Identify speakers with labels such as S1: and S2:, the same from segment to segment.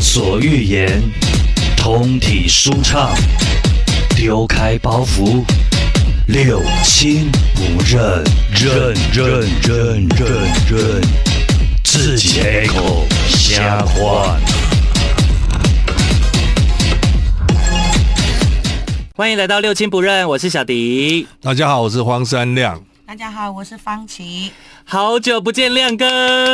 S1: 所欲言，通体舒畅，丢开包袱，六亲不认，认认认认认，自己开口瞎话。
S2: 欢迎来到六亲不认，我是小迪，
S3: 大家好，我是黄山亮。
S4: 大家好，我是方琦。
S2: 好久不见亮哥，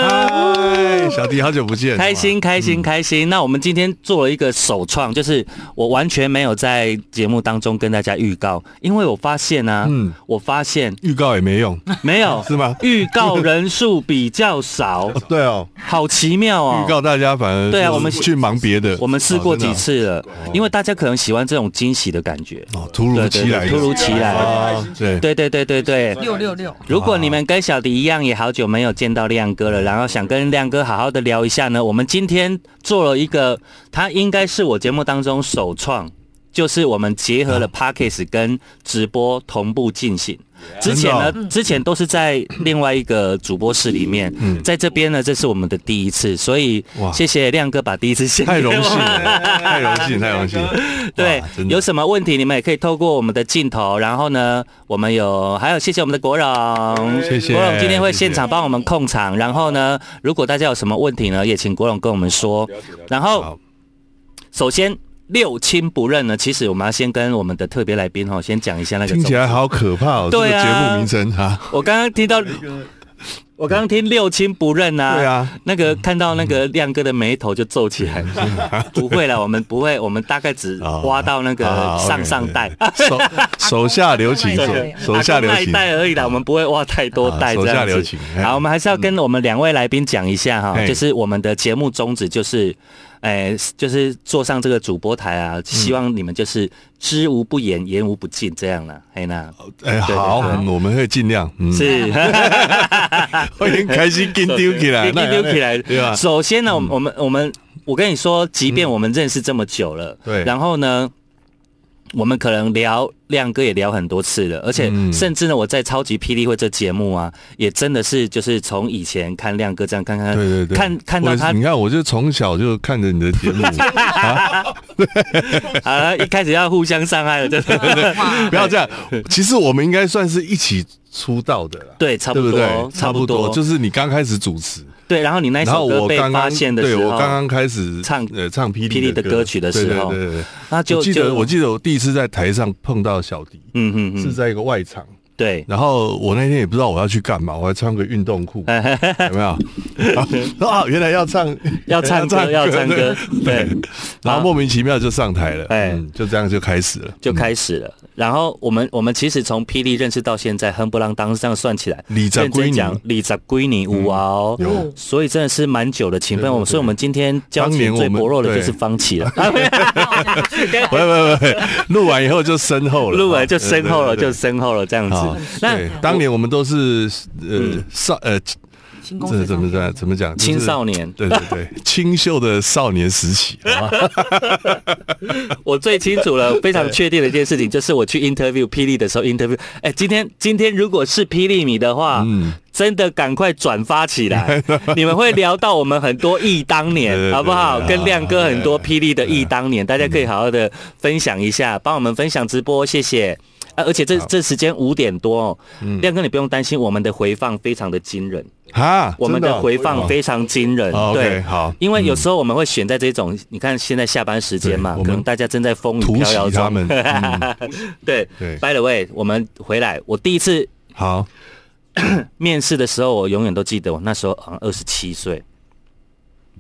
S3: 嗨，嗯小迪，好久不见，
S2: 开心开心开心。那我们今天做了一个首创，就是我完全没有在节目当中跟大家预告，因为我发现呢、嗯
S3: 嗯，
S2: 我发现
S3: 预告也 没用，
S2: 没有
S3: 是吗
S2: 预告人数比较 少，
S3: 对哦，
S2: 好奇妙哦，
S3: 预告大家反而
S2: 对啊
S3: 就是
S2: 我们
S3: 去忙别的，
S2: 我们试
S3: 哦
S2: 过
S3: 真的
S2: 几
S3: 哦
S2: 次了，因为大家可能喜欢这种惊喜的感觉。
S3: 哦，突如其来
S2: 对对对
S3: 的，
S2: 突如其来
S3: 啊，对，
S2: 对对对对对。
S4: 六六六，
S2: 如果你们跟小迪一样，也好久没有见到亮哥了，然后想跟亮哥好好的聊一下呢，我们今天做了一个，他应该是我节目当中首创，就是我们结合了 p
S3: 啊
S2: a c k a s e 跟直播同步进行。之前呢，
S3: 哦
S2: 之前都是在另外一个主播室里面，在这边呢，这是我们的第一次，所以
S3: 嗯哇
S2: 谢谢亮哥把第一次献
S3: 太
S2: 给
S3: 荣
S2: 我
S3: 幸了，太荣幸，太荣幸，
S2: 对
S3: 哇真，的
S2: 有什么问题你们也可以透过我们的镜头，然后呢，我们有还有谢谢我们的国荣，
S3: 谢谢
S2: 国荣今天会现
S3: 谢
S2: 场帮我们控场，然后呢，如果大家有什么问题呢，也请国荣跟我们说。然后
S3: 好，
S2: 首先六亲不认呢，其实我们要先跟我们的特别来宾哈，先讲一下那个
S3: 听起来好可怕哦，这个
S2: 对啊
S3: 节目名称哈，
S2: 我刚刚听到，我刚刚听六亲不认呐、
S3: 对啊，
S2: 那个看到那个亮哥的眉头就皱起来 了。不会了，我们不会，我们大概只
S3: 啊
S2: 挖到那个
S3: 啊，OK，
S2: 上上代。
S3: 对 手手下留情，
S4: 对
S3: 手
S4: 对
S3: 手下留
S2: 那一
S3: 情，嗯
S2: 代而已啦，我们不会挖太多代
S3: 啊
S2: 这
S3: 手
S2: 样
S3: 下
S2: 子。
S3: 留情哎
S2: 好，我们还是要跟我们两位来宾讲一下哈，
S3: 嘿
S2: 就是我们的节目宗旨就是，哎、就是坐上这个主播台
S3: 嗯
S2: 啊，希望你们就是知无不言，言无不尽这样啦。嘿那
S3: 哎，
S2: 对
S3: 好，
S2: 对
S3: 嗯我们会尽量，嗯，
S2: 是。
S3: 会很开心，给丢起来，
S2: 丢丢起来，
S3: 对吧？
S2: 首先呢，我们我们我们，我跟你说，即便我们认识这么久了，
S3: 对
S2: 然后呢，我们可能聊亮哥也聊很多次了，而且
S3: 嗯
S2: 甚至呢，我在超级霹雳会这节目啊，也真的是就是从以前看亮哥这样看 看，
S3: 对对对，
S2: 看看到
S3: 我
S2: 他
S3: 你看，我就从小就看着你 的节目，
S2: 啊，一开始要互相伤害了，真的。
S4: 哇
S3: 不要这样。其实我们应该算是一起出道的啦，
S2: 对差不多
S3: 对不对？
S2: 差
S3: 差
S2: 不
S3: 不
S2: 多
S3: 多，就是你刚开始主持，
S2: 对，然后你那
S3: 然
S2: 首
S3: 后
S2: 歌
S3: 我
S2: 被
S3: 刚
S2: 发
S3: 刚
S2: 现的
S3: 对
S2: 时
S3: 我
S2: 候，
S3: 刚刚开始
S2: 唱
S3: 呃唱霹
S2: 霹雳的歌曲的时候
S3: 对对对对
S2: 那就
S3: 我记
S2: 就
S3: 得我记得我第一次在台上碰到小迪，
S2: 嗯嗯
S3: 是
S2: 嗯，
S3: 在一个外场，
S2: 对，
S3: 然后我那天也不知道我要去干嘛，我还穿个运动 裤，有没有？ 然后 说啊，原来 要唱
S2: 要唱歌要唱歌，对。
S3: 然后莫名其妙就上台了，
S2: 啊哎
S3: 嗯，就这样就开始了，
S2: 就开始了。然后我们我们其实从霹雳认识到现在，亨不啷当这样算起来，
S3: 二十几
S2: 认真讲
S3: 年
S2: 李扎归你五啊哦
S3: 嗯有
S2: 所以真的是蛮久的情分。
S3: 对对
S2: 我们
S3: 对
S2: 所以我们今天交
S3: 当
S2: 情
S3: 年我
S2: 最
S3: 们
S2: 薄弱的就是方琦 了，啊没有
S3: 不不不， 录完以后就身后了，哦
S2: 录完就身后了，
S3: 对
S2: 就
S3: 对
S2: 身后了这样
S3: 好
S2: 子。那嗯
S3: 对，当年我们都是呃少呃，
S4: 轻功
S3: 这怎么讲？怎么讲？就是
S2: 青少年
S3: 对对 对，清秀的少年时期，啊好吧
S2: 我最清楚 了，非常确定的一件事情就是我去 interview 霹雳的时候 interview，哎，今天今天如果是霹雳米的话，
S3: 嗯
S2: 真的赶快转发起 来，你们会聊到我们很多忆当
S3: 对
S2: 年，
S3: 对
S2: 好不好？
S3: 对对嗯
S2: 跟亮哥很多霹雳的忆当年，大家可以好好的分享一下，帮我们分享直播，谢谢。啊、而且这这时间五点多哦，
S3: 嗯
S2: 亮哥你不用担心，我们的回放非常的惊人，
S3: 哈，
S2: 我们
S3: 真
S2: 的
S3: 哦
S2: 回放非常惊人，
S3: 哦
S2: 对
S3: OK，。好，
S2: 因为有时候我们会选在这种，你看现在下班时间嘛，
S3: 对我
S2: 可
S3: 们
S2: 能大家正在风雨
S3: 突
S2: 飘摇
S3: 袭
S2: 中。
S3: 他们， 嗯
S2: 对
S3: 对
S2: ，By the way，我们回来，我第一次
S3: 好，
S2: 面试的时候，我永远都记得，我那时候好像二十七岁。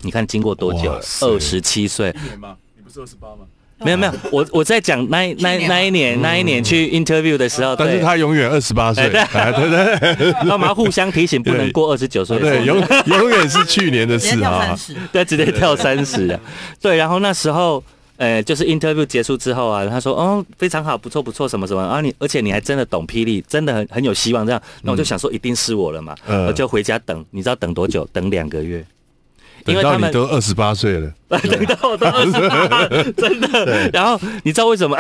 S2: 你看，经过多久
S3: 哇
S2: 了？
S3: 塞
S2: 二十七岁，
S5: 年吗？你不是二十八吗？哦
S2: 没有没有，我我在讲那一那一
S4: 去年
S2: 那一年那一年去
S5: 嗯
S2: interview 的时候，
S3: 但是
S2: 对，
S3: 他永远二十 八岁，哎对对对
S2: 那我们要互相提 醒，不能过二十九岁。
S3: 对，永永远是去年的
S4: 直接
S3: 事
S4: 跳
S3: 啊
S4: 三，十，
S2: 对，直接跳三十啊。对，然后那时候，呃，就是 interview 结束之后啊，他说，哦，非常好，不错不错，什么什么啊，你而且你还真的懂霹雳，真的很很有希望这样。那我就想说，一定是我了嘛，
S3: 嗯
S2: 我就回家等，你知道等多久？等两个月，因
S3: 等
S2: 为他
S3: 到
S2: 们
S3: 你都二十八岁了，
S2: 等到我都二十八，
S3: 嗯
S2: 真的。然后你知道为什么？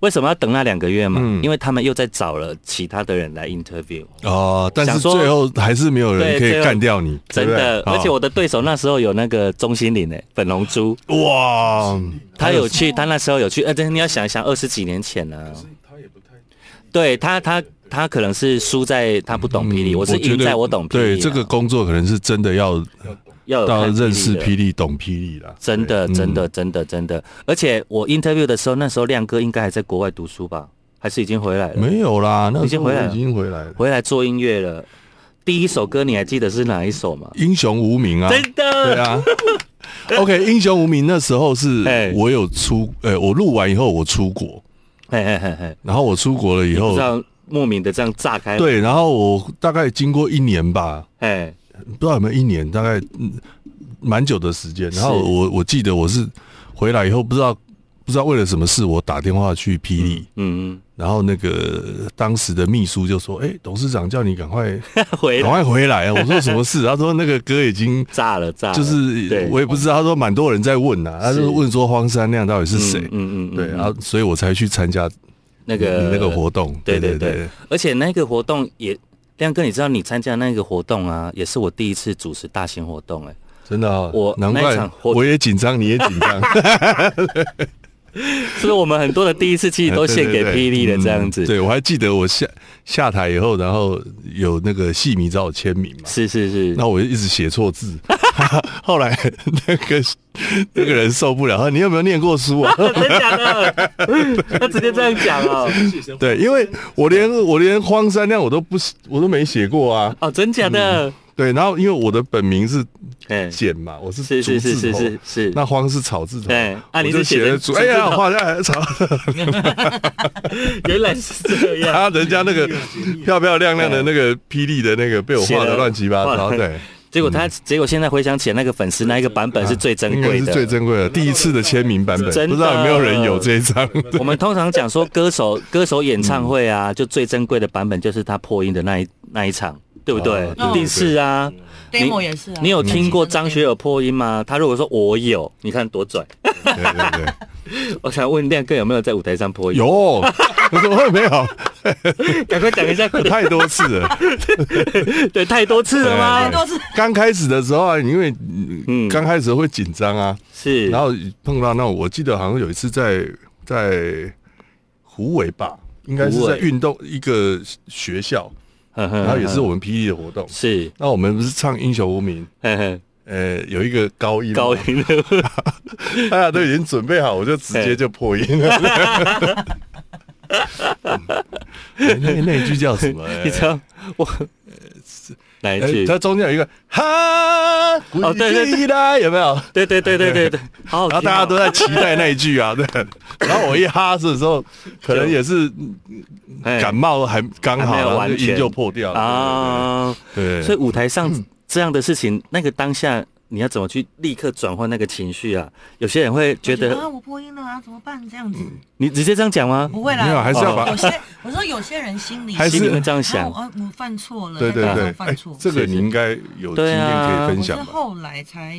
S2: 为什么要等那两个月嘛？
S3: 嗯
S2: 因为他们又在找了其他的人来 interview，
S3: 哦，但是
S2: 想说
S3: 最后还是没有人
S2: 对
S3: 可以
S2: 最后
S3: 干掉你，
S2: 真的。
S3: 哦
S2: 而且我的对手那时候有那个钟欣凌诶、欸粉红猪，
S3: 我哇，
S2: 他有去，他那时候有去，呃，但是你要想一想，二十几年前呢、对他，他他可能是输在他不懂霹雳，我是
S3: 嗯觉
S2: 赢
S3: 得
S2: 在我懂霹雳啊啦。
S3: 对，这个工作可能是真的要
S2: 要有
S3: 要
S2: 看
S3: 认识
S2: 的
S3: 霹雳、懂霹雳啦。
S2: 真的，
S3: 对嗯
S2: 真的，真的，真的。而且我 interview 的时候，那时候亮哥应该还在国外读书吧？还是已经回来了？
S3: 没有啦，那
S2: 已经
S3: 时候
S2: 回来
S3: 我
S2: 了
S3: 已经回来了。
S2: 回来做音乐了。第一首歌你还记得是哪一首吗？
S3: 英雄无名啊，
S2: 真的，
S3: 对啊。OK，英雄无名那时候是
S2: 哎
S3: 我有出，呃，我录完以后我出国，
S2: 嘿嘿嘿嘿，
S3: 然后我出国了以
S2: 不
S3: 后
S2: 知，道莫名的这样炸开，，
S3: 对，然后我大概经过一年吧，
S2: 哎，
S3: 不知道有没有一年，大概嗯蛮久的时间。然后我我记得我是回来以后，不知道不知道为了什么事，我打电话去霹雳，
S2: 嗯，
S3: 然后那个当时的秘书就说：“哎、董事长叫你赶 快
S2: 嗯回
S3: 赶
S2: 来
S3: 快回来。”啊我说：“什么 事？”他说：“那个歌已经。”
S2: 炸了炸了，
S3: 就是
S2: 啊对
S3: 我也不知道，他说蛮多人在问呐、啊他
S2: 是
S3: 就问说荒山亮到底是谁
S2: 嗯，嗯嗯，
S3: 对，
S2: 嗯
S3: 然后所以我才去参加
S2: 那个
S3: 你那个活动，
S2: 对对对，而且那个活动也，亮哥，你知道你参加那个活动啊，也是我第一次主持大型活动、哎，
S3: 真的啊，
S2: 我
S3: 难
S2: 那一
S3: 怪
S2: 场活
S3: 我也紧张，你也 紧张，
S2: 是不是我们很多的第一次其实 都献给 霹
S3: 对对对
S2: 雳的这样子？
S3: 嗯对我还记得我下下台以后，然后有那个戏迷找我签名嘛，
S2: 是是是，
S3: 那我就一直写错字， 后来那个那个人受不了，他说你有没有念过书啊？
S2: 真的假的？他直接这样讲 哦、
S3: 对，因为我连我连荒山亮我都不我都没写过啊，
S2: 哦，真假的？
S3: 对，然后因为我的本名是
S2: 哎、
S3: 简嘛，我是
S2: 是是是
S3: 竹嗯字
S2: 是
S3: 头
S2: 是是，
S3: 那荒是草字头，
S2: 对啊你是
S3: 我就
S2: 写
S3: 写
S2: 成
S3: 了
S2: 竹
S3: 竹，
S2: 字
S3: 哎呀，
S2: 头
S3: 画下 来草，
S2: 原来是这样。
S3: 然后人家 那个漂漂亮亮的那个霹雳的那个被我画
S2: 写了
S3: 的乱七八
S2: 画
S3: 糟，
S2: 得
S3: 对，
S2: 结果他，结果现在回想起来，那个粉丝那一个版本是最珍
S3: 嗯啊应该
S2: 贵
S3: 是
S2: 的，
S3: 最珍贵的第一次的签名版本，
S2: 真的
S3: 不知道有没有人有这一 张？
S2: 我们通常讲说歌手歌手演唱会啊，就最珍贵的版本就是他破音的那一那一场，对不对？
S3: 哦
S4: 对
S2: 一定是啊。你
S4: demo 也是啊。
S2: 你有听
S3: 嗯
S2: 过张学友破音吗？他如果说我有，你看多拽。
S3: 对对对，
S2: 我想问亮哥有没有在舞台上破音？
S3: 嗯有，，我怎么会没有？
S2: 赶快讲一下，快点。
S3: 太多次了。
S2: 对，太多次了
S3: 对
S2: 吗
S4: 太？多次
S3: 刚开始的时候啊，因为
S2: 嗯
S3: 嗯刚开始会紧张啊，
S2: 是，
S3: 然后碰到那种我记得好像有一次在在湖尾吧，应该是
S2: 湖
S3: 在
S2: 尾嗯
S3: 运动一个学校，然
S2: 然
S3: 后也是我们霹雳的活动。
S2: 是，
S3: 那我们不是唱《英雄无名》，
S2: 呵呵
S3: 呃，有一个高音嘛，
S2: 高音的，
S3: 大家都已经准备好，我就直接就破音了。嗯那那一句叫什 么？
S2: 你知道我
S3: 哎
S2: 哪一句
S3: 呃？它中间有一个哈，
S2: 哦对对对
S3: 啦，有没有？
S2: 对对对对对对，好好听
S3: 哎然后
S2: 哦
S3: 大家都在期待那一句啊， 对。然后我一哈的时候，可能也是
S2: 哎
S3: 感冒还刚好，
S2: 还没有
S3: 然后
S2: 完
S3: 就
S2: 全
S3: 音就破掉了。
S2: 啊。
S3: 对，
S2: 所
S3: 对
S2: 以舞台上这样的事情，那个当下你要怎么去立刻转换那个情绪啊？有些人会觉
S4: 啊，
S2: 得
S4: 我破音了啊，怎么办？这样子
S2: 你直接这样讲吗？
S4: 不会啦，
S3: 嗯没有还是要把
S4: 有些我说有些人心里
S3: 还是
S2: 哦心里会这样想
S4: 啊，我我犯错了，
S3: 对对
S4: 在台上
S3: 对对，哎
S4: 啊犯错，啊
S3: 这个你应该有经验可以
S4: 我
S3: 分
S4: 是
S3: 享吧？
S4: 后来才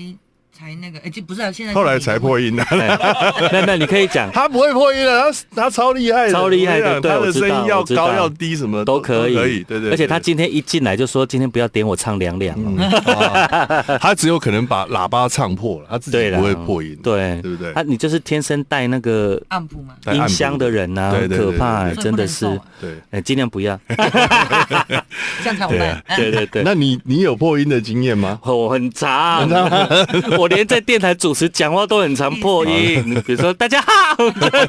S4: 才那个，哎，就不是啊现在
S3: 后来才破
S4: 音，
S3: 音的，
S4: 啊
S2: 那那你可以 讲，
S3: 他不会破音的，他他超厉害的，
S2: 超厉害的
S3: 我跟你
S2: 对
S3: 讲他
S2: 我
S3: 的
S2: 知
S3: 声
S2: 道
S3: 音要
S2: 我知道
S3: 高要低什么
S2: 都可以，
S3: 可以，对对。嗯
S2: 而且他
S3: 对
S2: 今天一进来就说，今天不要点我唱凉凉哦。
S3: 他只有可能把喇叭唱破了，他自
S2: 对
S3: 己
S2: 啦
S3: 不会破音，
S2: 对
S3: 对不对
S2: 他你就是天生带那个
S4: 暗谱嘛，
S3: 带暗部
S2: 音箱的人呐，
S3: 对
S2: 很
S3: 对
S2: 可
S3: 对
S2: 怕
S3: 对
S2: 欸，
S4: 所以
S2: 真
S4: 不
S2: 的
S4: 能
S2: 是
S4: 瘦啊。
S3: 对。
S2: 哎，尽量不 要。
S4: 这样才好
S3: 啊
S4: 办。哎
S2: 对对对，
S3: 那你你有破音的经验吗？
S2: 我很长，我连在电台主持讲话都很常破音，比如说大家好，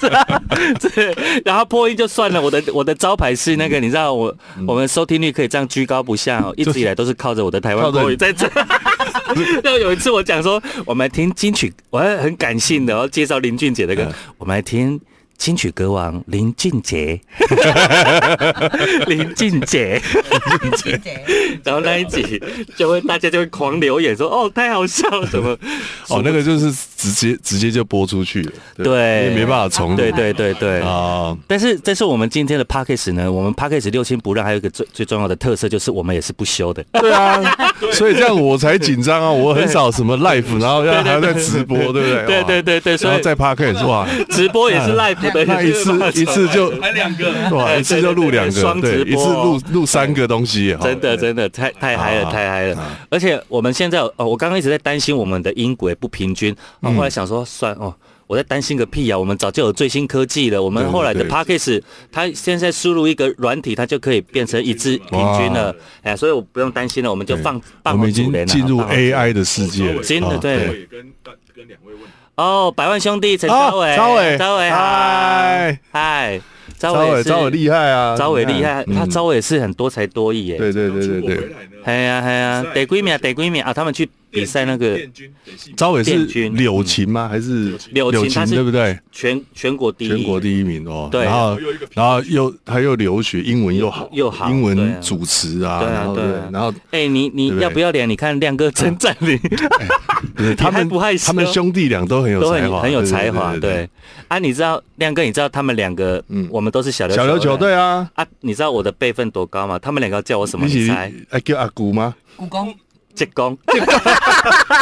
S2: 这然后破音就算了。我的我的招牌是那个，你知道我我们收听率可以这样居高不下哦，一直以来嗯都是靠着我的台湾口语在 这。然后有一次我讲说，我们来听金曲，我还很感性的，然哦后介绍林俊杰的歌，我们来听。金曲歌王林俊 杰，林俊杰，
S4: 对 对
S2: 然 后那一集就会大家就会狂留言说哦太好笑了什么，
S3: 哦，那个就是直接直接就播出去了，
S2: 对
S3: 因为没办法重
S2: 对
S3: 录
S2: 对对对。
S3: 啊，
S2: 但是这是我们今天的 p a c k a g e 呢，我们 p a c k a g e 六亲不让还有一个最最重要的特色就是我们也是不休的，
S3: 对啊， 所以这样我才紧张啊，我很少什么 live，然后要还要在直播，对不对？
S2: 对对对对，
S3: 哇，
S2: 所
S3: 然
S2: 以
S3: 后再 p a r k 哇，
S2: 直播 也是 live 的，
S3: 那 一次一次就两个，哇，一次就录两
S2: 对对对对双
S3: 个，
S2: 直
S3: 对，
S2: 播
S3: 一次录录三个东西，好
S2: 真的，真的太太嗨了，
S3: 啊
S2: 太嗨了！而且我们现在有哦，我刚刚一直在担心我们的音轨不平均，
S3: 嗯
S2: 啊，后来想说算哦，我在担心个屁呀！我们早就有最新科技了，我们
S3: 对对
S2: 后来的
S3: 对
S2: p a c k a g e 它现在输入一个软体，它就可以变成一致平均了，哎，所以我不用担心了，我们就
S3: 对
S2: 放
S3: 我
S2: 放好
S3: 们已
S2: 主
S3: 经
S2: 人了
S3: 进入
S2: 放好
S3: AI 的世界了，
S2: 真的
S3: 啊
S2: 对。
S5: 跟跟两位问，
S2: 哦，百万兄弟陈
S3: 啊
S2: 昭伟，
S3: 昭伟
S2: 昭伟，
S3: 嗨
S2: 嗨，
S3: 招
S2: 昭伟，
S3: 招伟，厉害啊，
S2: 昭伟厉害，
S3: 嗯
S2: 他昭伟是很多才多艺耶，
S3: 对对对对对，
S5: 来呢
S2: 嘿呀嘿呀，得几名得几名啊！他们去比赛那个
S5: 军得戏
S3: 招伟是
S2: 电军嗯
S3: 柳琴吗？还是
S2: 柳琴他是
S3: 对不对？
S2: 全全国第一，
S3: 全国第一名哦，
S2: 对
S3: 然后然后又他又留学，英文又好，
S2: 又好
S3: 英
S2: 对啊
S3: 文主持啊，
S2: 对啊
S3: 然后
S2: 对啊
S3: 然后
S2: 哎、你
S3: 对
S2: 你
S3: 不对
S2: 要不要脸？你看亮哥称赞你，
S3: 对他
S2: 还
S3: 们
S2: 不害羞
S3: 他们兄弟俩都很 有
S2: 都
S3: 才
S2: 很
S3: 华，
S2: 很有才华。对啊，你知道亮哥，你知道他们两个，
S3: 嗯
S2: 我们都是小琉
S3: 小琉球队
S2: 啊。
S3: 啊，
S2: 啊，你知道我的辈分多高吗？他们两个叫我什么？
S3: 你
S2: 你
S3: 是
S2: 猜？
S3: 哎叫阿姑吗？
S4: 故宫
S2: 济公。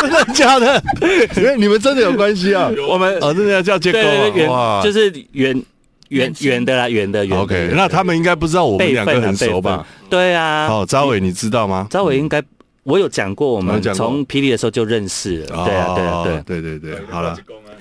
S3: 真的假的？ 因为你们真的有关 系啊？
S2: 我们
S3: 哦，真的要叫杰
S2: 对对对
S3: 哥
S2: 远
S3: 哇！啊
S2: 就是远远远的啦，远的远的。
S3: OK，
S2: 远的
S3: 那他们应该不知道我们
S2: 辈
S3: 两
S2: 分
S3: 个
S2: 啊
S3: 很熟吧？？
S2: 辈分对啊。
S3: 哦，张伟你知道吗？
S2: 赵伟应该我有讲过，我
S3: 有
S2: 们
S3: 讲过
S2: 从霹雳的时候就认识了。对啊对啊对
S3: 哦
S2: 啊。
S3: 对对对，好了，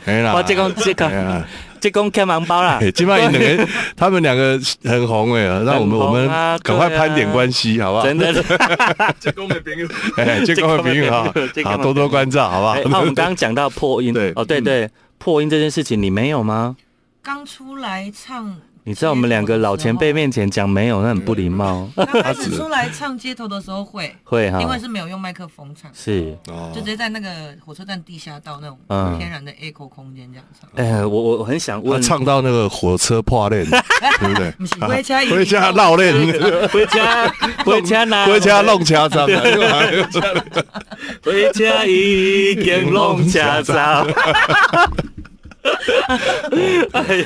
S3: 哎啦，
S2: 哇，哦这公这 个
S3: 哎啦
S2: 这公开盲包啦
S3: 哎，！今晚两个他们两个很红哎，让我
S2: 很
S3: 们我
S2: 红
S3: 们
S2: 啊
S3: 赶快
S2: 对啊
S3: 攀点关系好不好？
S2: 真的。
S5: 这公的朋友，
S3: 哎，这个会评啊
S2: 这个，会
S3: 好多多关照好不好
S2: 哎，？那我们刚刚讲到破音，
S3: 对嗯
S2: 哦，对对，破音这件事情你没有吗？
S4: 刚出来唱，
S2: 你知道我们两个老前辈面前讲没有，那很不礼貌，
S3: 嗯
S4: 刚开始出来唱街头的时候会，
S2: 会哈
S4: 因，为是没有用麦克风唱，
S2: 是，
S3: 哦
S4: 就直接在那个火车站地下道那种
S2: 嗯
S4: 天然的 echo 空间这样唱。
S2: 哎，我我我很想
S3: 他
S2: 问，
S3: 嗯啊唱到那个火车破链，对不对？
S4: 不是回家一定
S3: 回家绕链，
S2: 回 家回家啦，
S3: 回家弄掐脏啊！
S2: 回家已经弄家糟。 哎呀，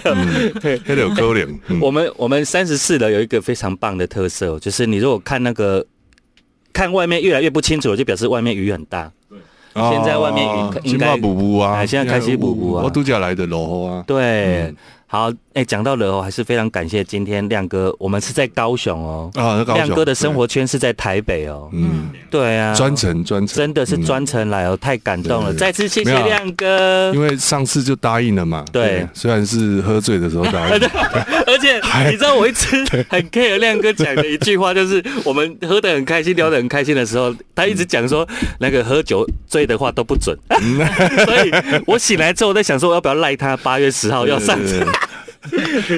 S3: 黑柳勾脸，嗯
S2: 我们我们三十四的有一个非常棒的特色哦，就是你如果看那个看外面越来越不清楚，就表示外面雨很大。现在外面
S3: 哦
S2: 应
S3: 金
S2: 该
S3: 马补补啊，
S2: 哎现在开始补补啊
S3: 我度假来的落雨啊，
S2: 对，好，哎，讲到了哦，还是非常感谢今天亮哥，我们是在高雄哦，
S3: 啊，那高雄
S2: 亮哥的生活圈是在台北哦，
S3: 嗯，
S2: 对啊，
S3: 专程专程，
S2: 真的是
S3: 嗯
S2: 专程来哦，太感动了，
S3: 对对对
S2: 再次谢谢
S3: 没有啊
S2: 亮哥
S3: 因，为上次就答应了嘛，
S2: 对
S3: 虽然是喝醉的时候 答应，
S2: 而且你知道我一 直很 care 亮哥讲的一句话，就是我们喝得很开心、聊得很开心的时候，他一直
S3: 嗯
S2: 讲说那个喝酒醉的话都不准， 所以我醒来之后在想说我要不要赖他八月十号要上
S3: 对
S2: 场。
S3: 对对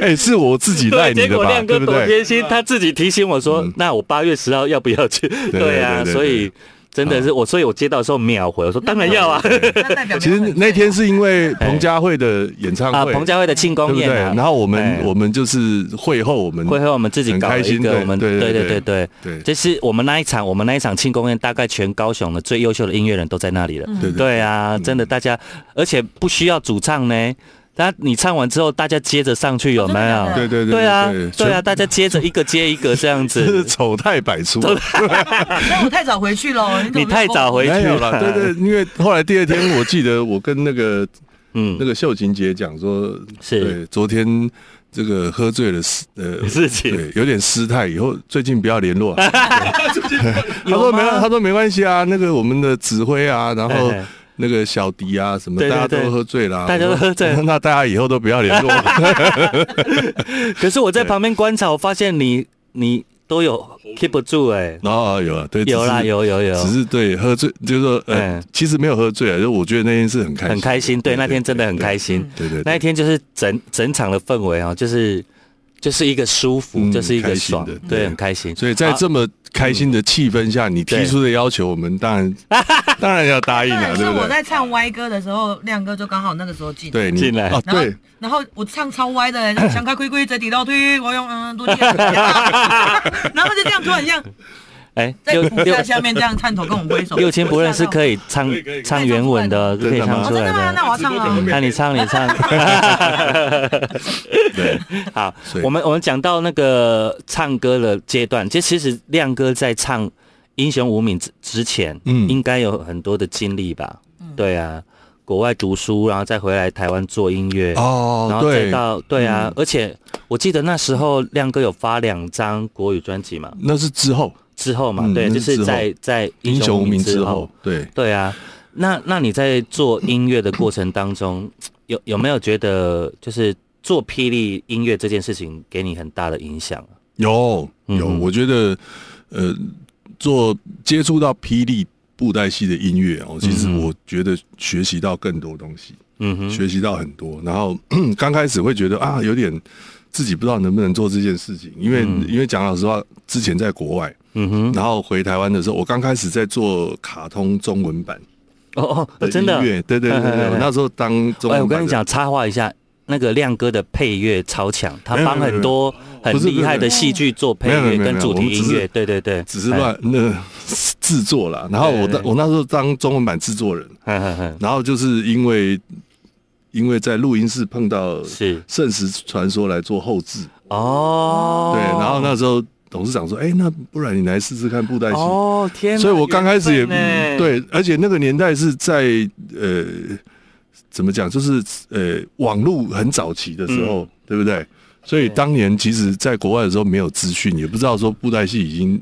S3: 哎，是我自己赖
S2: 对，
S3: 你
S2: 结
S3: 的
S2: 果
S3: 吧，
S2: 亮哥
S3: 对不
S2: 多
S3: 对？
S2: 贴心，他自己提醒我说，那我八月十号要不要去？
S3: 对
S2: 对啊，
S3: 对对
S2: 所以真的是我，所以我接到的时候秒回，我说当然要
S3: 嗯
S2: 啊。
S4: 那代表
S3: 其实那天是因为彭佳慧的演唱
S2: 啊，
S3: 会，
S2: 彭佳慧的庆
S3: 对
S2: 功
S3: 不对？
S2: 宴啊，
S3: 然后我
S2: 哎
S3: 们我们就是会后我们
S2: 会和我们自己
S3: 很
S2: 搞了
S3: 开
S2: 一
S3: 心
S2: 个
S3: 对
S2: 我们
S3: 对
S2: 对
S3: 对
S2: 对对对
S3: 对
S2: 就是我们那一场我们那一场庆功宴，大概全高雄的最优秀的音乐人都在那里了。
S3: 嗯对
S2: 对啊，真的大家，而且不需要主唱呢。那你唱完之后，大家接着上去有没有？
S4: 哦真的假的
S3: 对对
S2: 对啊，对啊，
S3: 全
S2: 大家接着一个接一个这样
S3: 真是
S2: 子。
S3: 丑态百出。啊
S4: 那我太早回去了，
S2: 你太早回去
S3: 没有
S2: 了，
S3: 啦，对哎对，因为后来第二天，我记得我跟那个
S2: 嗯
S3: 那，个秀琴姐讲说，
S2: 是
S3: 对昨天这个喝醉了失呃
S2: 事情
S3: 对，有点失态，以后最近不要联络、 啊。他
S2: 有
S3: 说没有，
S2: 吗
S3: 他说没关系啊，那个我们的指挥啊，然后
S2: 哎哎
S3: 那个小迪啊什么，
S2: 对对
S3: 大家
S2: 对
S3: 都喝醉啦，
S2: 大家都
S3: 我说
S2: 喝醉
S3: 那大家以后都不 要联络。
S2: 可是我在旁边观察，我发现你你都有 keep 不住哎，
S3: 然后有啊，嗯对，
S2: 有啦
S3: 只是
S2: 有有有
S3: 只是对喝醉，就是说呃
S2: 哎，
S3: 其实没有喝醉啊，就我觉得那天是很开心，
S2: 很开心，对，那天真的很开心。
S3: 对对
S2: 那
S3: 对
S2: 一天就是整整场的氛围啊，就是就是一个舒服，
S3: 嗯
S2: 就是一个爽
S3: 开心，的
S2: 对，
S3: 对
S2: 很开心。
S3: 所以在
S2: 啊
S3: 这么开心的气氛下，你提出的要求，我们当然
S2: 嗯
S3: 当然要答应
S4: 当
S3: 了，
S4: 然是
S3: 对不
S4: 我
S3: 对？
S4: 在唱歪歌的时候，亮哥就刚好那个时候进。。
S3: 对，你
S2: 进来
S3: 哦，
S4: 然后
S3: 对，，
S4: 然后我唱超歪的，想开龟龟，嘴抵到推，我用嗯多力。然后就这样突然这样，
S2: 哎，
S4: 在
S2: 六
S4: 菩
S2: 六
S4: 萨下面这样探头跟我们挥手，
S2: 六亲不认识可
S4: 以。
S2: 以唱
S5: 可以可以
S2: 唱原文的，可
S3: 真的
S2: 以唱
S4: 哦，
S3: 吗
S2: 出
S4: 真
S2: 来
S4: 的吗？那
S2: 的。
S4: 我要唱
S5: 直播可能
S4: 了
S5: 会。
S2: 那你唱，你唱。
S3: 对，
S2: 好
S3: 所，以
S2: 我们我们讲到那个唱歌的阶段，这其实亮哥在唱《英雄无名》之之前，
S3: 嗯
S2: 应该有很多的经历吧？
S4: 嗯
S2: 对啊，国外读书，然后再回来台湾做音乐，然
S3: 哦，
S2: 后再
S3: 对，
S2: 到对啊，而且我记得那时候亮哥有发两张国语专辑嘛，
S3: 那是之后
S2: 之后嘛，
S3: 嗯
S2: 对，
S3: 那
S2: 就是是
S3: 之后
S2: 在在《
S3: 英
S2: 英
S3: 雄
S2: 雄
S3: 无
S2: 无
S3: 名
S2: 名》
S3: 之
S2: 之
S3: 后
S2: 后，，
S3: 对，
S2: 对啊，那那你在做音乐的过程当中， 有有没有觉得就是做霹雳音乐这件事情给你很大的影响啊？
S3: 有有，
S2: 嗯
S3: 我觉得呃，做接触到霹雳布袋戏的音乐哦，其实
S2: 嗯
S3: 我觉得学习到更多东西，
S2: 嗯哼，
S3: 学习到很多。然后 刚开始会觉得啊，有点自己不知道能不能做这件事情，因为、
S2: 嗯
S3: 因为讲老实话，之前在国外，
S2: 嗯哼，
S3: 然后回台湾的时候，我刚开始在做卡通中文版
S2: 哦哦，
S3: 的
S2: 真的
S3: 音，乐，对对对
S2: 嘿嘿 嘿
S3: 对，我那时候当中文版
S2: 哎，
S3: 的
S2: 我跟你讲，插话一下，那个亮哥的配乐超强，他
S3: 没有
S2: 帮
S3: 没有
S2: 很多很
S3: 不是
S2: 厉害
S3: 不
S2: 的
S3: 是
S2: 戏剧做配
S3: 没有没
S2: 乐
S3: 有没有
S2: 跟主题
S3: 我们只
S2: 音
S3: 是
S2: 乐，对对对，
S3: 只是乱那制作啦。然后我
S2: 哎对对
S3: 当
S2: 对
S3: 我那时候当中文版制作人，
S2: 哎，哼 哼哼，
S3: 然后就是因为因为在录音室碰到《
S2: 是
S3: 圣石传说》来做后置，
S2: 哦，
S3: 对，然后那时候董事长说：“哎，那不然你来试试看布袋戏。”
S2: 哦天哪，
S3: 所以我刚开始也
S2: 缘
S3: 嗯
S2: 分呢，
S3: 对，而且那个年代是在呃怎么讲，就是呃网络很早期的时
S2: 嗯
S3: 候，对不对？所以当年其实，在国外的时候没有资讯，也不知道说布袋戏已经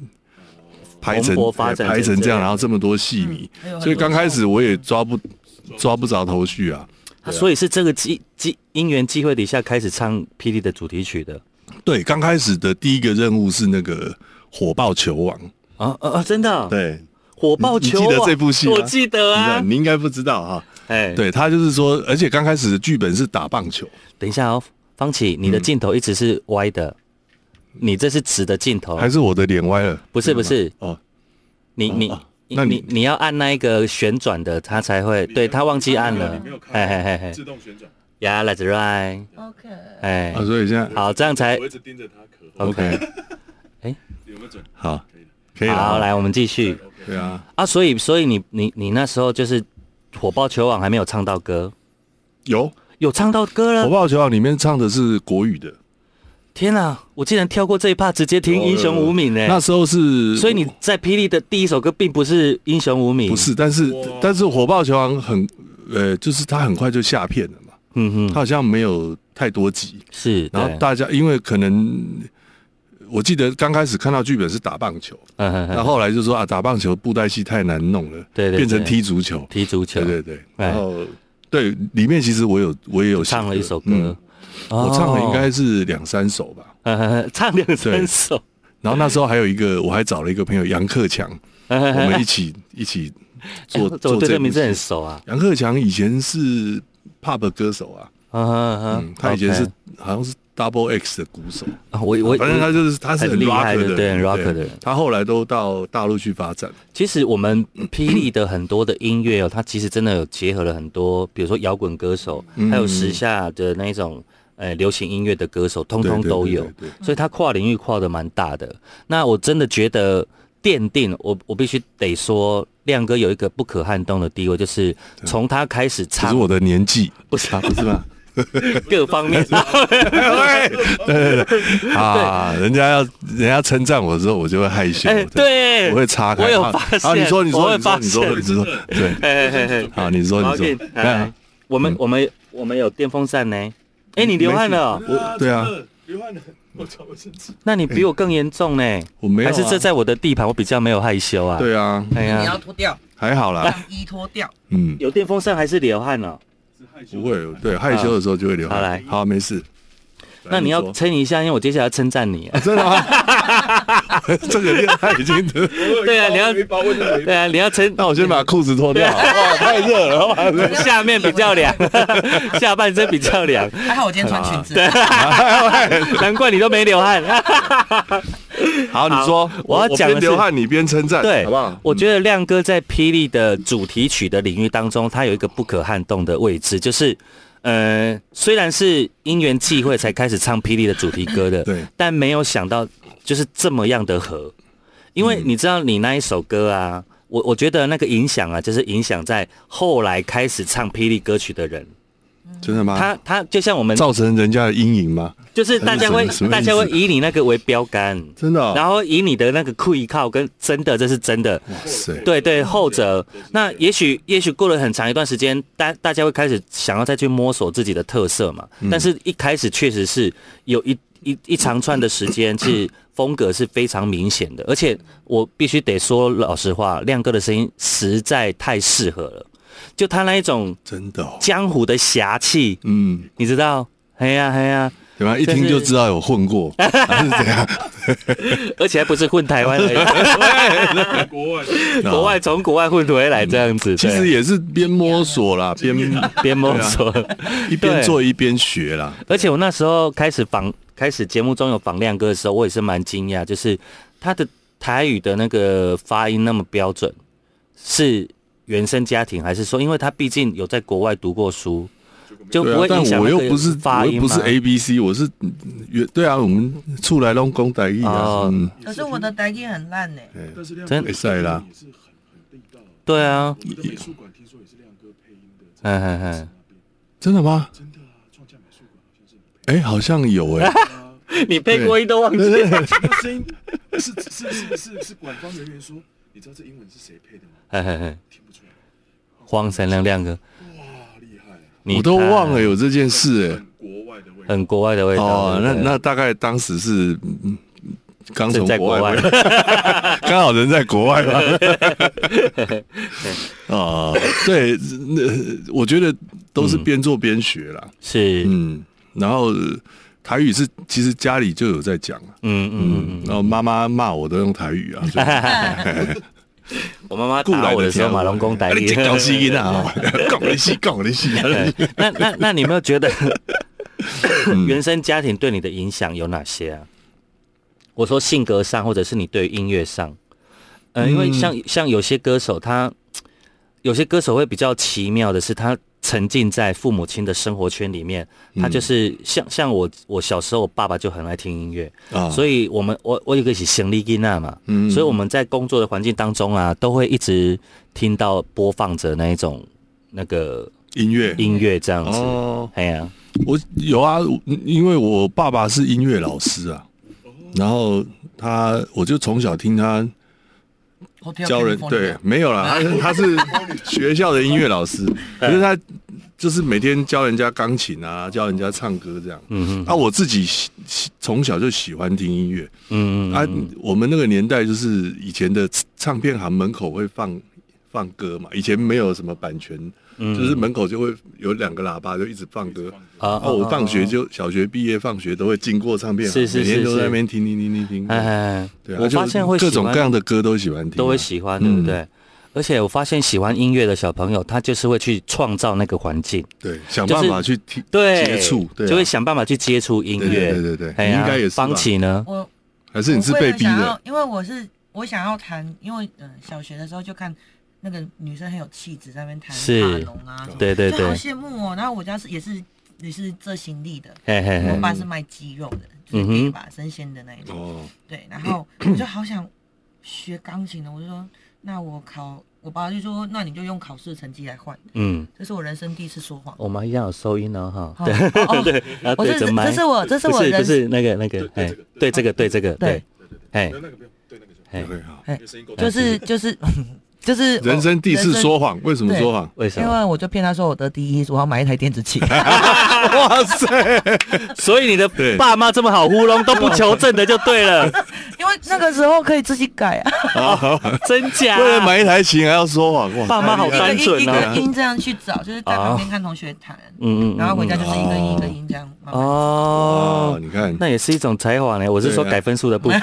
S3: 拍成
S2: 蓬勃发展
S3: 拍
S2: 成
S3: 成这
S2: 这样
S3: 样，然后这么多戏迷
S4: 嗯哎呦，很
S3: 所以刚
S4: 多
S3: 开始我也抓不抓不着头绪啊。
S2: 啊所以是这个机机因缘机会底下开始唱《霹雳》的主题曲的
S3: 对，刚开始的第一个任务是那个火爆球王，
S2: 啊啊啊！真的啊、
S3: 对，
S2: 火爆
S3: 你
S2: 球、啊，
S3: 记得这部戏吗
S2: 我记得啊。
S3: 你应该不知道哈、
S2: 哎，，
S3: 对他就是说，而且刚开始的剧本是打棒球。
S2: 等一下哦，方琦，你的镜头一直是歪的，你这是直的镜头，
S3: 还是我的脸歪了？
S2: 哦不是不是？
S3: 哦，
S2: 你你。
S3: 哦
S2: 你
S3: 那你
S2: 你你要按那一个旋转的，它才会。对，他忘记按了
S5: 你没有。看
S2: 嘿嘿嘿嘿
S5: 自动旋转，
S2: ，Yeah, that's right。
S4: OK，
S2: 哎
S3: 啊，，所以现在
S2: 好，这样才
S5: 我一直盯着他咳
S2: 好
S5: 嗽，
S3: OK，
S5: 有没有准？
S3: 好，
S5: 可以的
S3: 可以了。
S2: 好。来，我们继续。
S5: ，OK。
S3: 对啊，
S2: 啊，所以所以你你你那时候就是火爆球网还没有唱到歌，
S3: 有《
S2: 有唱到歌
S3: 火
S2: 了。
S3: 爆球王》里面唱的是国语的，
S2: 天啊，我竟然跳过这一趴，直接
S3: 哦
S2: 听《英雄无名》欸呢。
S3: 那时候是，
S2: 所以你在霹雳的第一首歌并不是《英雄无名》，
S3: 不，是，但是
S5: 哇
S3: 但是《火爆球王》很，呃，就是他很快就下片了嘛，
S2: 嗯哼，
S3: 他好像没有太多集，
S2: 是，
S3: 然后
S2: 对，
S3: 大家因为可能。我记得刚开始看到剧本是打棒球，
S2: 嗯哼
S3: 那
S2: 哼，
S3: 后来就说啊，打棒球布袋戏太难弄了，
S2: 对对对
S3: 变成踢足球，
S2: 踢足球，
S3: 对对对，
S2: 哎
S3: 然后对里面其实我有我也有写
S2: 唱了一首歌，哦
S3: 嗯我唱了应该是两三首吧。
S2: 该唱两三首，
S3: 然后那时候还有一个，我还找了一个朋友杨 克强，
S2: 我
S3: 我们一起一起做
S2: 哎 我
S3: 做
S2: 对这个名字
S3: 部戏
S2: 很熟啊，
S3: 杨克强以前是 pub 歌手啊，
S2: 嗯哼哼
S3: 嗯，，他以前是
S2: OK
S3: 好像是 Double X 的鼓手，
S2: 啊我我
S3: 反正他就是他是
S2: 很
S3: 很
S2: 厉害
S3: rock
S2: 的
S3: 的，
S2: 对很 rock 的人
S3: 他后来都到大陆去发展，
S2: 其实我们霹雳的很多的音乐哦，它其实真的有结合了很多，比如说摇滚歌手，
S3: 嗯
S2: 还有时下的那种呃流行音乐的歌手，通
S3: 对
S2: 通都有
S3: 对。对对
S2: 所以它跨领域跨的蛮大的。那我真的觉得奠定我，我必须得说，亮哥有一个不可撼动的地位，就是从他开始
S3: 只是
S2: 唱
S3: 我的年纪，不是啊，不是吗？
S2: 各方面，
S3: 哎对对对啊，人家要人家称赞我的时候，我就会害羞，
S2: 哎，，对，
S3: 我会岔开。
S2: 我有
S3: 啊
S2: 发现
S3: 啊，你说你
S2: 我
S3: 说
S2: 会
S3: 你说
S2: 发
S3: 你说
S2: 现
S3: 你说，对，
S2: 嘿嘿嘿嘿
S3: 好，你说
S2: 好
S3: 你说
S2: 给，来
S3: 哎
S2: 来，我们我们我们有电风扇呢。哎，你流汗了哦，
S3: 我对啊，
S5: 真的流汗了，我操，我生气。
S2: 那你比
S3: 哎
S2: 我更严重呢。
S3: 我没有啊
S2: 还是这在我的地盘，我比较没有害羞啊。，
S3: 对啊，
S2: 哎
S4: 你
S2: 呀
S4: 要，脱掉，
S3: 还好啦，
S4: 让衣脱掉。
S3: 嗯，
S2: 有电风扇还是流汗哦了。
S5: 是害羞
S3: 不会，对，害羞的时候就会流汗。
S2: 好来
S3: 好，没事。
S2: 那你要
S3: 说 啊
S2: 撑一下，因为我接下来要称赞你。啊
S3: 真的吗？这个恋爱已经，
S2: 对啊你要
S5: 一包卫生纸，
S2: 对啊，你要撑 啊
S3: 那我先把裤子脱掉，哇，太热了，哇热
S2: 下面比较 凉，下半身比较 凉，
S4: 还好我今天穿裙子。
S3: 哎
S2: 难怪你都没流汗。
S3: 好，你说，
S2: 啊我要讲的
S3: 边
S2: 是
S3: 流汗，你边称赞，
S2: 对，
S3: 好不好？嗯
S2: 我觉得亮哥在霹雳的主题曲的领域当中，他有一个不可撼动的位置，就是。呃，虽然是因缘际会才开始唱霹雳的主题歌的，
S3: 对
S2: 但没有想到就是这么样的合，因为你知道你那一首歌啊，我我觉得那个影响啊，就是影响在后来开始唱霹雳歌曲的人，
S3: 真的吗？
S2: 他他就像我们，
S3: 造成人家的阴影吗？
S2: 就是大家会
S3: 什么意思
S2: 大家会以你那个为标杆，
S3: 真的哦
S2: 然后以你的那个跪靠跟真的这是真的，
S3: 哦谁？
S2: 对对，后者。那也许也许过了很长一段时间，大大家会开始想要再去摸索自己的特色嘛。但是一开始确实是有一一一长串的时间是风格是非常明显的，而且我必须得说老实话，亮哥的声音实在太适合了，就他那一种
S3: 真的哦，
S2: 江湖的侠气，
S3: 嗯，
S2: 你知道？哎呀哎呀，
S3: 对吧？一
S2: 就是
S3: 听就知道有混 过，还是怎样？
S2: 而且还不是混台湾而已，
S5: 国外
S2: 国外从国外混回来这样子，
S3: 其实
S2: 对
S3: 也是边摸 索啦，边
S2: 边摸索。
S3: 一边做一边学啦。
S2: 而且我那时候开始访，开始节目中有访亮哥的时候，我也是蛮惊讶，就是他的台语的那个发音那么标准，是原生家庭还是说，因为他毕竟有在国外读过书，就
S3: 对
S2: 不
S3: 啊
S2: 会，
S3: 但
S2: 影响
S3: 我
S2: 那
S3: 又
S2: 个
S3: 不是，
S2: 发
S3: 我
S2: 音
S3: 又不是
S2: 吗
S3: A B C，我是嗯原对啊，我们出来弄公台语啊
S2: 哦，
S3: 嗯
S4: 可是我的台语很烂呢，
S5: 但是亮
S2: 真
S5: 哥
S3: 塞啦
S5: 也是很很地道。
S2: 对啊，
S5: 我们的美术馆听说也是亮哥配音的，在
S2: 嗯嗯嗯，
S5: 那边
S3: 真的吗？
S5: 真的啊，创价美术馆好像是
S3: 哎，好像
S5: 你配
S3: 有哎，
S2: 你配过音都忘记了，
S5: 的，那声音是是是是是馆方人员说，你知道这英文是谁配的吗？
S2: 嘿嘿嘿
S5: 听不出来，
S2: 黄闪亮亮哥，
S5: 哇，厉害，
S2: 你
S3: 我都
S2: 看
S3: 忘了有这件事哎
S5: 很。国外的味道，
S2: 很国外的味道
S3: 哦，
S2: 对
S3: 那
S2: 不对
S3: 那大概当时是嗯嗯刚从
S2: 正在
S3: 国
S2: 国
S3: 外
S2: 外
S3: 回来， 刚好人在国外 嘛。啊，对，那我觉得都是边做边学啦。
S2: 是，嗯
S3: 嗯，然后呃台语是其实家里就有在讲啊，
S2: 嗯嗯
S3: 嗯，然后妈妈骂我都用台语啊， 所以
S2: 我妈妈
S3: 故来
S2: 打我的时候，
S3: 听
S2: 马龙公台
S3: 啊你
S2: 语
S3: 这。搞死 音啊，搞你戏，搞你啊戏。
S2: 对那那那你有没有觉得
S3: 嗯
S2: 原生家庭对你的影响有哪些啊？我说性格上，或者是你对于音乐上，呃，因
S3: 嗯
S2: 为像、像有些歌手他，有些歌手会比较奇妙的是，他沉浸在父母亲的生活圈里面，
S3: 嗯
S2: 他就是像像我我小时候，我爸爸就很爱听音乐，
S3: 啊
S2: 所以我们我我有个是行李吉娜嘛，
S3: 嗯
S2: 所以我们在工作的环境当中啊，都会一直听到播放着那一种那个
S3: 音乐
S2: 音乐这样子。
S3: 哦，
S2: 哎呀，
S3: 我有啊，因为我爸爸是音乐老师啊，然后他我就从小听他教人，对，没有啦，他他是学校的音乐老师，可是他就是每天教人家钢琴啊，教人家唱歌这样。
S2: 嗯
S3: 啊，我自己喜喜从小就喜欢听音乐
S2: 嗯嗯
S3: 啊，我们那个年代就是以前的唱片行门口会放放歌嘛，以前没有什么版权，
S2: 嗯
S3: 就是门口就会有两个喇叭就一直放歌。
S2: 啊
S3: 啊，我放学就小学毕业放学都会经过唱片
S2: 是
S3: 行，
S2: 是
S3: 每天
S2: 是
S3: 都
S2: 是
S3: 在那边听听听听听。
S2: 哎哎，
S3: 对
S2: 哎
S3: 啊，
S2: 我发现会
S3: 就各
S2: 喜
S3: 种
S2: 欢
S3: 各样的歌都喜欢听啊，
S2: 都会喜欢，对不
S3: 嗯
S2: 对？而且我发现喜欢音乐的小朋友，他就是会去创造那个环境，
S3: 对，想
S2: 就是
S3: 办法去听、
S2: 对，
S3: 接触，对啊、
S2: 就会想办法去接触音乐，
S3: 对对对对对
S2: 哎呀
S3: 你应该也是吧
S2: 方琦呢，
S4: 我
S3: 还是你是
S4: 我会啊
S3: 被
S4: 很
S3: 逼
S4: 想
S3: 的
S4: 要，因为我是我想要弹，因为嗯、呃小学的时候就看那个女生很有气质，在那边弹
S2: 是
S4: 卡农啊什么，
S2: 对对
S4: 就好
S2: 对，
S4: 羡慕哦。然后我家是也是也是这行李的，
S2: 嘿嘿
S4: 我
S3: 嗯
S2: 嘿，
S4: 爸是卖鸡肉的，就
S2: 嗯
S4: 是
S2: 哼
S4: 地吧生鲜的那一种。
S3: 哦，
S4: 对，然后我就好想学钢琴的，我就说那我考，我爸就说那你就用考试的成绩来换，
S2: 嗯，
S4: 这是我人生第一次说谎。
S2: 我们一样有收音哦，哈，
S4: 对，哦
S2: 对，要
S4: 我
S2: 对
S4: 这
S2: 着麦
S4: 这，是我这是
S2: 不
S4: 我
S2: 是不
S4: 人生
S2: 是那个那个，哎，对这个对这个对
S4: 对，
S2: 哎
S5: 那个不用，对那个就好，
S2: 哎，
S3: 对好。
S5: 因为声音够
S4: 就
S5: 大。
S4: 是就是就是
S3: 人生第一次说谎，为什么
S4: 对
S3: 说谎？
S2: 为
S4: 我，因？为我就骗他说我得第一，我要买一台电子琴。啊
S3: 哇塞，
S2: 所以你的
S3: 对
S2: 爸妈这么好糊弄都不求证的就对 了，
S4: 因为那个时候可以自己改啊，
S2: 真假？
S3: 为了买一台琴还要说谎，哇！
S2: 爸妈好单
S4: 一
S2: 纯
S4: 个一
S2: 啊
S4: 个！音这样去找，就是在旁边看同学弹，
S2: 嗯嗯啊嗯
S4: 然后回家就是一个音一个音这样慢慢。
S3: 哦
S2: 哦，，
S3: 你看，
S2: 那也是一种才华呢。我是说
S3: 对啊
S2: 改分数的部分。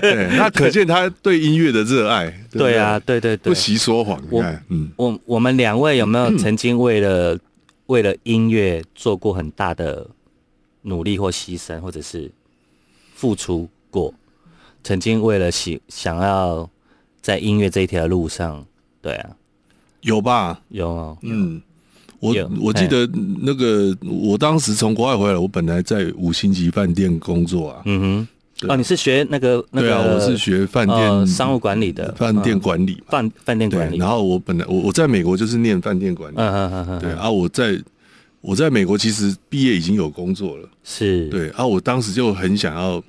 S3: 对，那可见他对音乐的热爱。不
S2: 对啊，，对对对
S3: 不。惜说谎。你
S2: 我
S3: 看，嗯，
S2: 我我们两位有没有曾经为了为了音乐做过很大的努力或牺牲，或者是付出过？曾经为了喜想要在音乐这一条路上，对啊，
S3: 有吧？
S2: 有哦，
S3: 嗯，我
S2: 有
S3: 我记得那个，我当时从国外回来，我本来在五星级饭店工作啊，
S2: 嗯哦，你是学那个那个？
S3: 对啊，我是学饭
S2: 呃
S3: 店
S2: 商务管理的嗯
S3: 饭店管理嘛，
S2: 饭饭店管
S3: 对。
S2: 理。
S3: 然后我本来我我在美国就是念饭店管理，
S2: 嗯嗯嗯嗯，
S3: 对
S2: 嗯，
S3: 啊，我在我在美国其实毕业已经有工作了，
S2: 是，，
S3: 对啊，我当时就很想要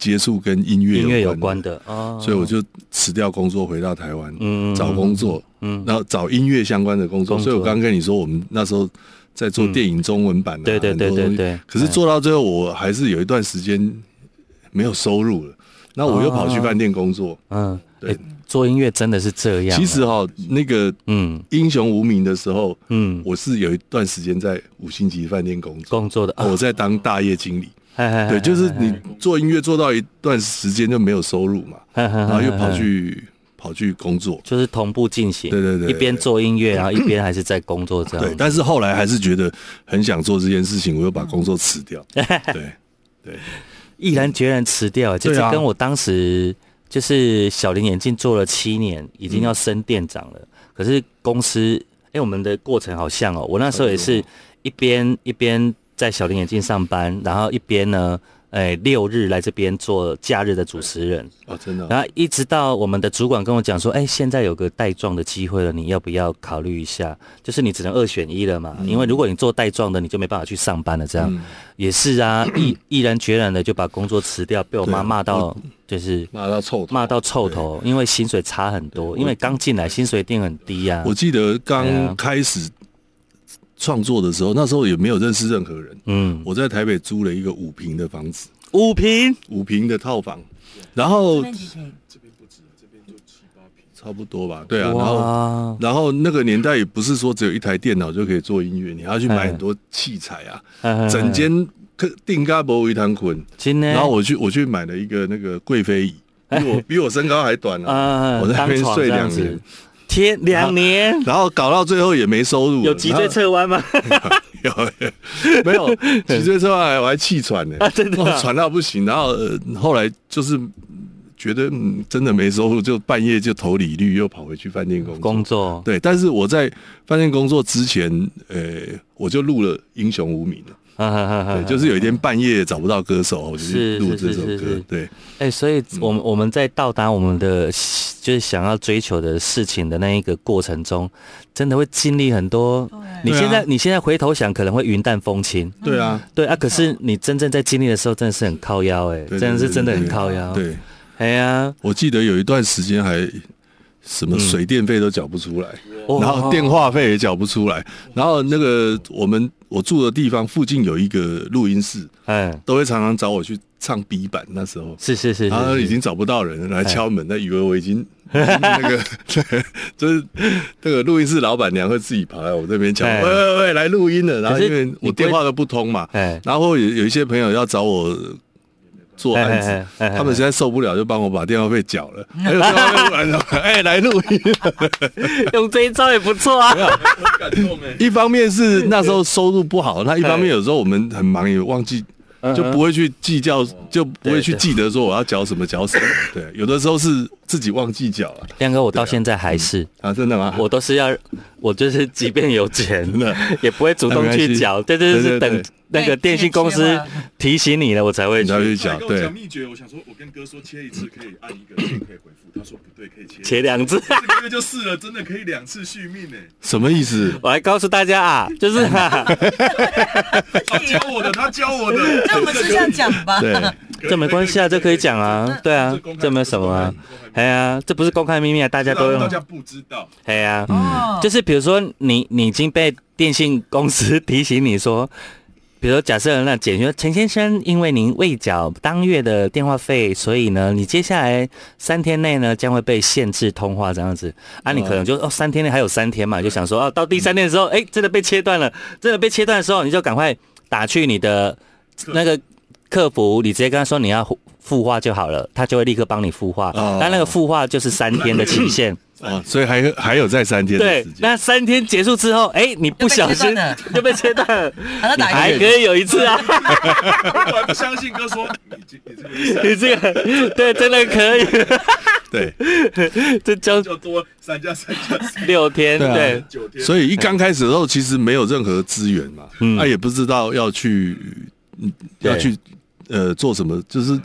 S3: 接触跟音乐
S2: 音乐有
S3: 的
S2: 关的哦，
S3: 所以我就辞掉工作回到台湾，
S2: 嗯
S3: 找工作，
S2: 嗯
S3: 然后找音乐相关的工作。
S2: 工作嗯
S3: 所以我刚跟你说，我们那时候在做电影中文版啊，
S2: 对对对
S3: 很多东西
S2: 对哎对
S3: 可是做到最后，我还是有一段时间没有收入了，那我又跑去饭店工作。
S2: 嗯，
S3: 对
S2: 诶做音乐真的是这样啊。
S3: 其实哈、那个
S2: 嗯
S3: 英雄无名的时候，
S2: 嗯，
S3: 我是有一段时间在五星级饭店工作，
S2: 工作的
S3: 我在当大业经理。
S2: 啊，
S3: 哦对，就是你做音乐做到一段时间就没有收入嘛，
S2: 然
S3: 然后又跑去跑去工作。
S2: 就是同步进行，
S3: 对对对对
S2: 一边做音乐，然后一边还是在工作这
S3: 对
S2: 样，。
S3: 但是后来还是觉得很想做这件事情，我又把工作 辞掉。对，
S2: 毅然决然辞掉，这是
S3: 对啊
S2: 跟我当时就是小林眼镜做了七年，已经要升店长了，可是公司，哎、我们的过程好像哦，我那时候也
S3: 哎
S2: 是一边一边在小林眼镜上班，然后一边呢，哎、六日来这边做假日的主持人，
S3: 哦，真的哦、
S2: 然后一直到我们的主管跟我讲说，哎，现在有个带状的机会了，你要不要考虑一下？就是你只能二选一了嘛，
S3: 嗯
S2: 因为如果你做带状的，你就没办法去上班了。这样、也是 啊，毅毅然决然的就把工作辞掉，被我妈
S3: 对
S2: 骂到就是
S3: 骂到臭头
S2: 骂到臭头，因为薪水差很多，因为刚进来薪水一定很低啊呀、
S3: 我记得
S2: 对啊
S3: 刚开始创作的时候，那时候也没有认识任何人。
S2: 嗯，
S3: 我在台北租了一个五平的房子，
S2: 五平
S3: 五平的套房，然后
S4: 那你几平？
S3: 差不多吧，对啊，然后
S2: 哇，
S3: 然后那个年代也不是说只有一台电脑就可以做音乐，你还要去
S2: 嗯
S3: 买很多器材啊，
S2: 嗯
S3: 整间客定嘎博一堂捆，
S2: 今天
S3: 然后我去我去买了一个那个贵妃椅，
S2: 哎
S3: 比我比我身高还短啊，
S2: 嗯，
S3: 我在那边
S2: 当床
S3: 睡
S2: 这样
S3: 两
S2: 子
S3: 年，，
S2: 天两年。
S3: 然后搞到最后也没收入了，
S2: 有脊椎侧弯 吗？
S3: 然后有 没有脊椎侧弯，我还气喘呢，
S2: 啊
S3: 真的喘到不行，然后呃后来就是。觉得嗯，真的没收入，就半夜就投履历，又跑回去饭店工作。
S2: 工作
S3: 对，但是我在饭店工作之前，呃，我就录了《英雄无名》了。对，
S2: 对
S3: 就是有一天半夜找不到歌手，我就是去录这首
S2: 嗯是是是是
S3: 歌。对，
S2: 哎、所以
S3: 嗯
S2: 我们我们在到达我们的就是想要追求的事情的那一个过程中，真的会经历很多。你
S4: 对，
S2: 现在、
S3: 对啊
S2: 你现在回头想，可能会云淡风轻。
S3: 对啊，
S2: 对啊，可是你真正在经历的时候，真的是很靠腰哎、
S3: 对
S2: 真的是真的很
S3: 对
S2: 靠腰。，
S3: 对，
S2: 哎呀，
S3: 我记得有一段时间还什
S2: 嗯
S3: 么水电费都缴不出来，
S2: 哦
S3: 然后电话费也缴不出来，然后那个我们我住的地方附近有一个录音室，
S2: 嗯，
S3: 都会常常找我去唱 B 版。那时候，
S2: 是是是是
S3: 然后
S2: 是
S3: 已经找不到人来敲门，那以为我已经 那个，对，就是这个录音室老板娘会自己跑来我这边敲，
S2: 哎
S3: 喂喂喂，来录音了。然后
S2: 可是
S3: 因为
S2: 你
S3: 我
S2: 不会
S3: 电话都不通嘛，
S2: 哎
S3: 然后有有一些朋友要找我做案
S2: 哎哎
S3: 子，
S2: 哎哎
S3: 他们实在受不了，就帮我把电话费缴 了。还有电话费不然怎么办哎，来录音。
S2: 用这一招也不错啊。
S5: 感动
S2: 嗯
S5: 哎，
S3: 一方面是那时候收入不好，那一方面有时候我们很忙，也忘记。就不会去计较，就不会去记得说我要缴什么缴什么。对，有的时候是自己忘记缴了
S2: 亮哥，我到现在还是。
S3: 啊，真的吗？
S2: 我都是要，我就是即便有钱
S3: 的
S2: 也不会主动去缴，对
S3: 那没关系
S2: 对对，是
S3: 对对
S2: 等
S3: 对
S2: 那个电信公
S4: 对
S2: 司提醒你了，我才会
S3: 你才
S2: 去
S3: 会
S5: 他还
S3: 讲，
S5: 跟我
S3: 对
S5: 讲，秘诀，我想说，我跟哥说切一次可以按一个键可以回复，他说不对，可以切。
S2: 切两次。
S5: 这个月就试了，真的可以两次续命哎。
S3: 什么意思？
S2: 我还告诉大家啊，就是、啊、
S5: 他教我的，他教我的。
S4: 哦那我们私下讲吧。
S3: 对，
S2: 这没关系啊，这可以讲啊，对啊，这没有什么啊，哎呀，这不是公开秘密啊，大家都
S5: 让大
S2: 用
S5: 家，不知道，
S2: 哎呀，
S4: 哦，
S2: 就是比如说你你已经被电信公司提醒你说， 比如说假设那简讯，陈先生，因为您未缴当月的电话费，所以呢，你接下来三天内呢将会被限制通话这样子啊，你可能就哦三天内还有三天嘛，就想说哦到第三天的时候，哎、真的被切断了，真的被切断的时候，你就赶快打去你的那个客服，你直接跟他说你要付付话就好了，他就会立刻帮你付话，
S3: 哦
S2: 但那个付话就是三天的期限。
S3: 哦，所以还还有再三天的
S2: 对
S3: 时，间，
S2: 那三天结束之后，哎，你不小心就被 切断了，
S4: 还要
S2: 你
S4: 打
S2: 还
S4: 一
S2: 可
S4: 个
S2: 以有一次啊，
S5: 我还不相信哥说你这你这个意思
S2: 你这个对真的可 以，
S3: 对
S2: 这就
S5: 就多三加三加三
S2: 六天，
S3: 对啊
S2: 对，
S5: 九天，
S3: 所以一刚开始的时候，啊其实没有任何资源嘛，他也不知道要去嗯要去呃做什么，就是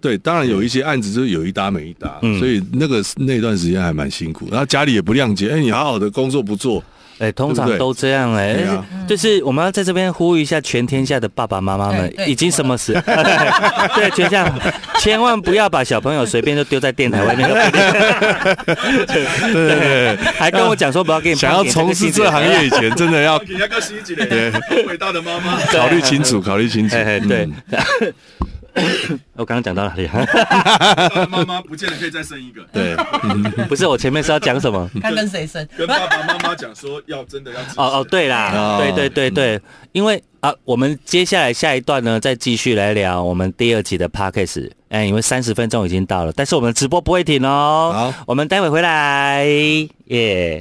S3: 对，当然有一些案子就是有一搭没一搭，
S2: 嗯
S3: 所以那个那段时间还蛮辛苦，然后家里也不谅解，哎、你好好的工作不做，
S2: 哎、通常
S3: 对不对
S2: 都这样哎、
S3: 对啊
S2: 但是就是我们要在这边呼吁一下全天下的爸爸妈妈们
S4: 对，对
S2: 已经什么时， 对，全下千万不要把小朋友随便就丢在电台外 面，
S3: 对对对，
S2: 还跟我讲说不要给你
S3: 想要
S2: 胖点
S3: 从事这行，业以 前，真的 要
S5: 给他个十一级嘞，伟大的妈妈。
S3: 考虑清楚，考虑清楚
S2: 这个性质哎哎，对
S3: 嗯，
S2: 我刚刚讲到哪里？啊
S5: 伟大的妈妈不见得可以再生一个。
S3: 对，
S2: 不是，我前面是要讲什 么？
S4: 看跟谁生。
S5: 跟爸爸妈妈讲说要真的要支持
S2: 哦哦，，对啦
S3: 哦，
S2: 对对对对，因为啊，我们接下来下一段呢，再继续来聊我们第二集的 podcast。哎，因为三十分钟已经到了，但是我们的直播不会停哦。
S3: 好
S2: 我们待会回来，耶、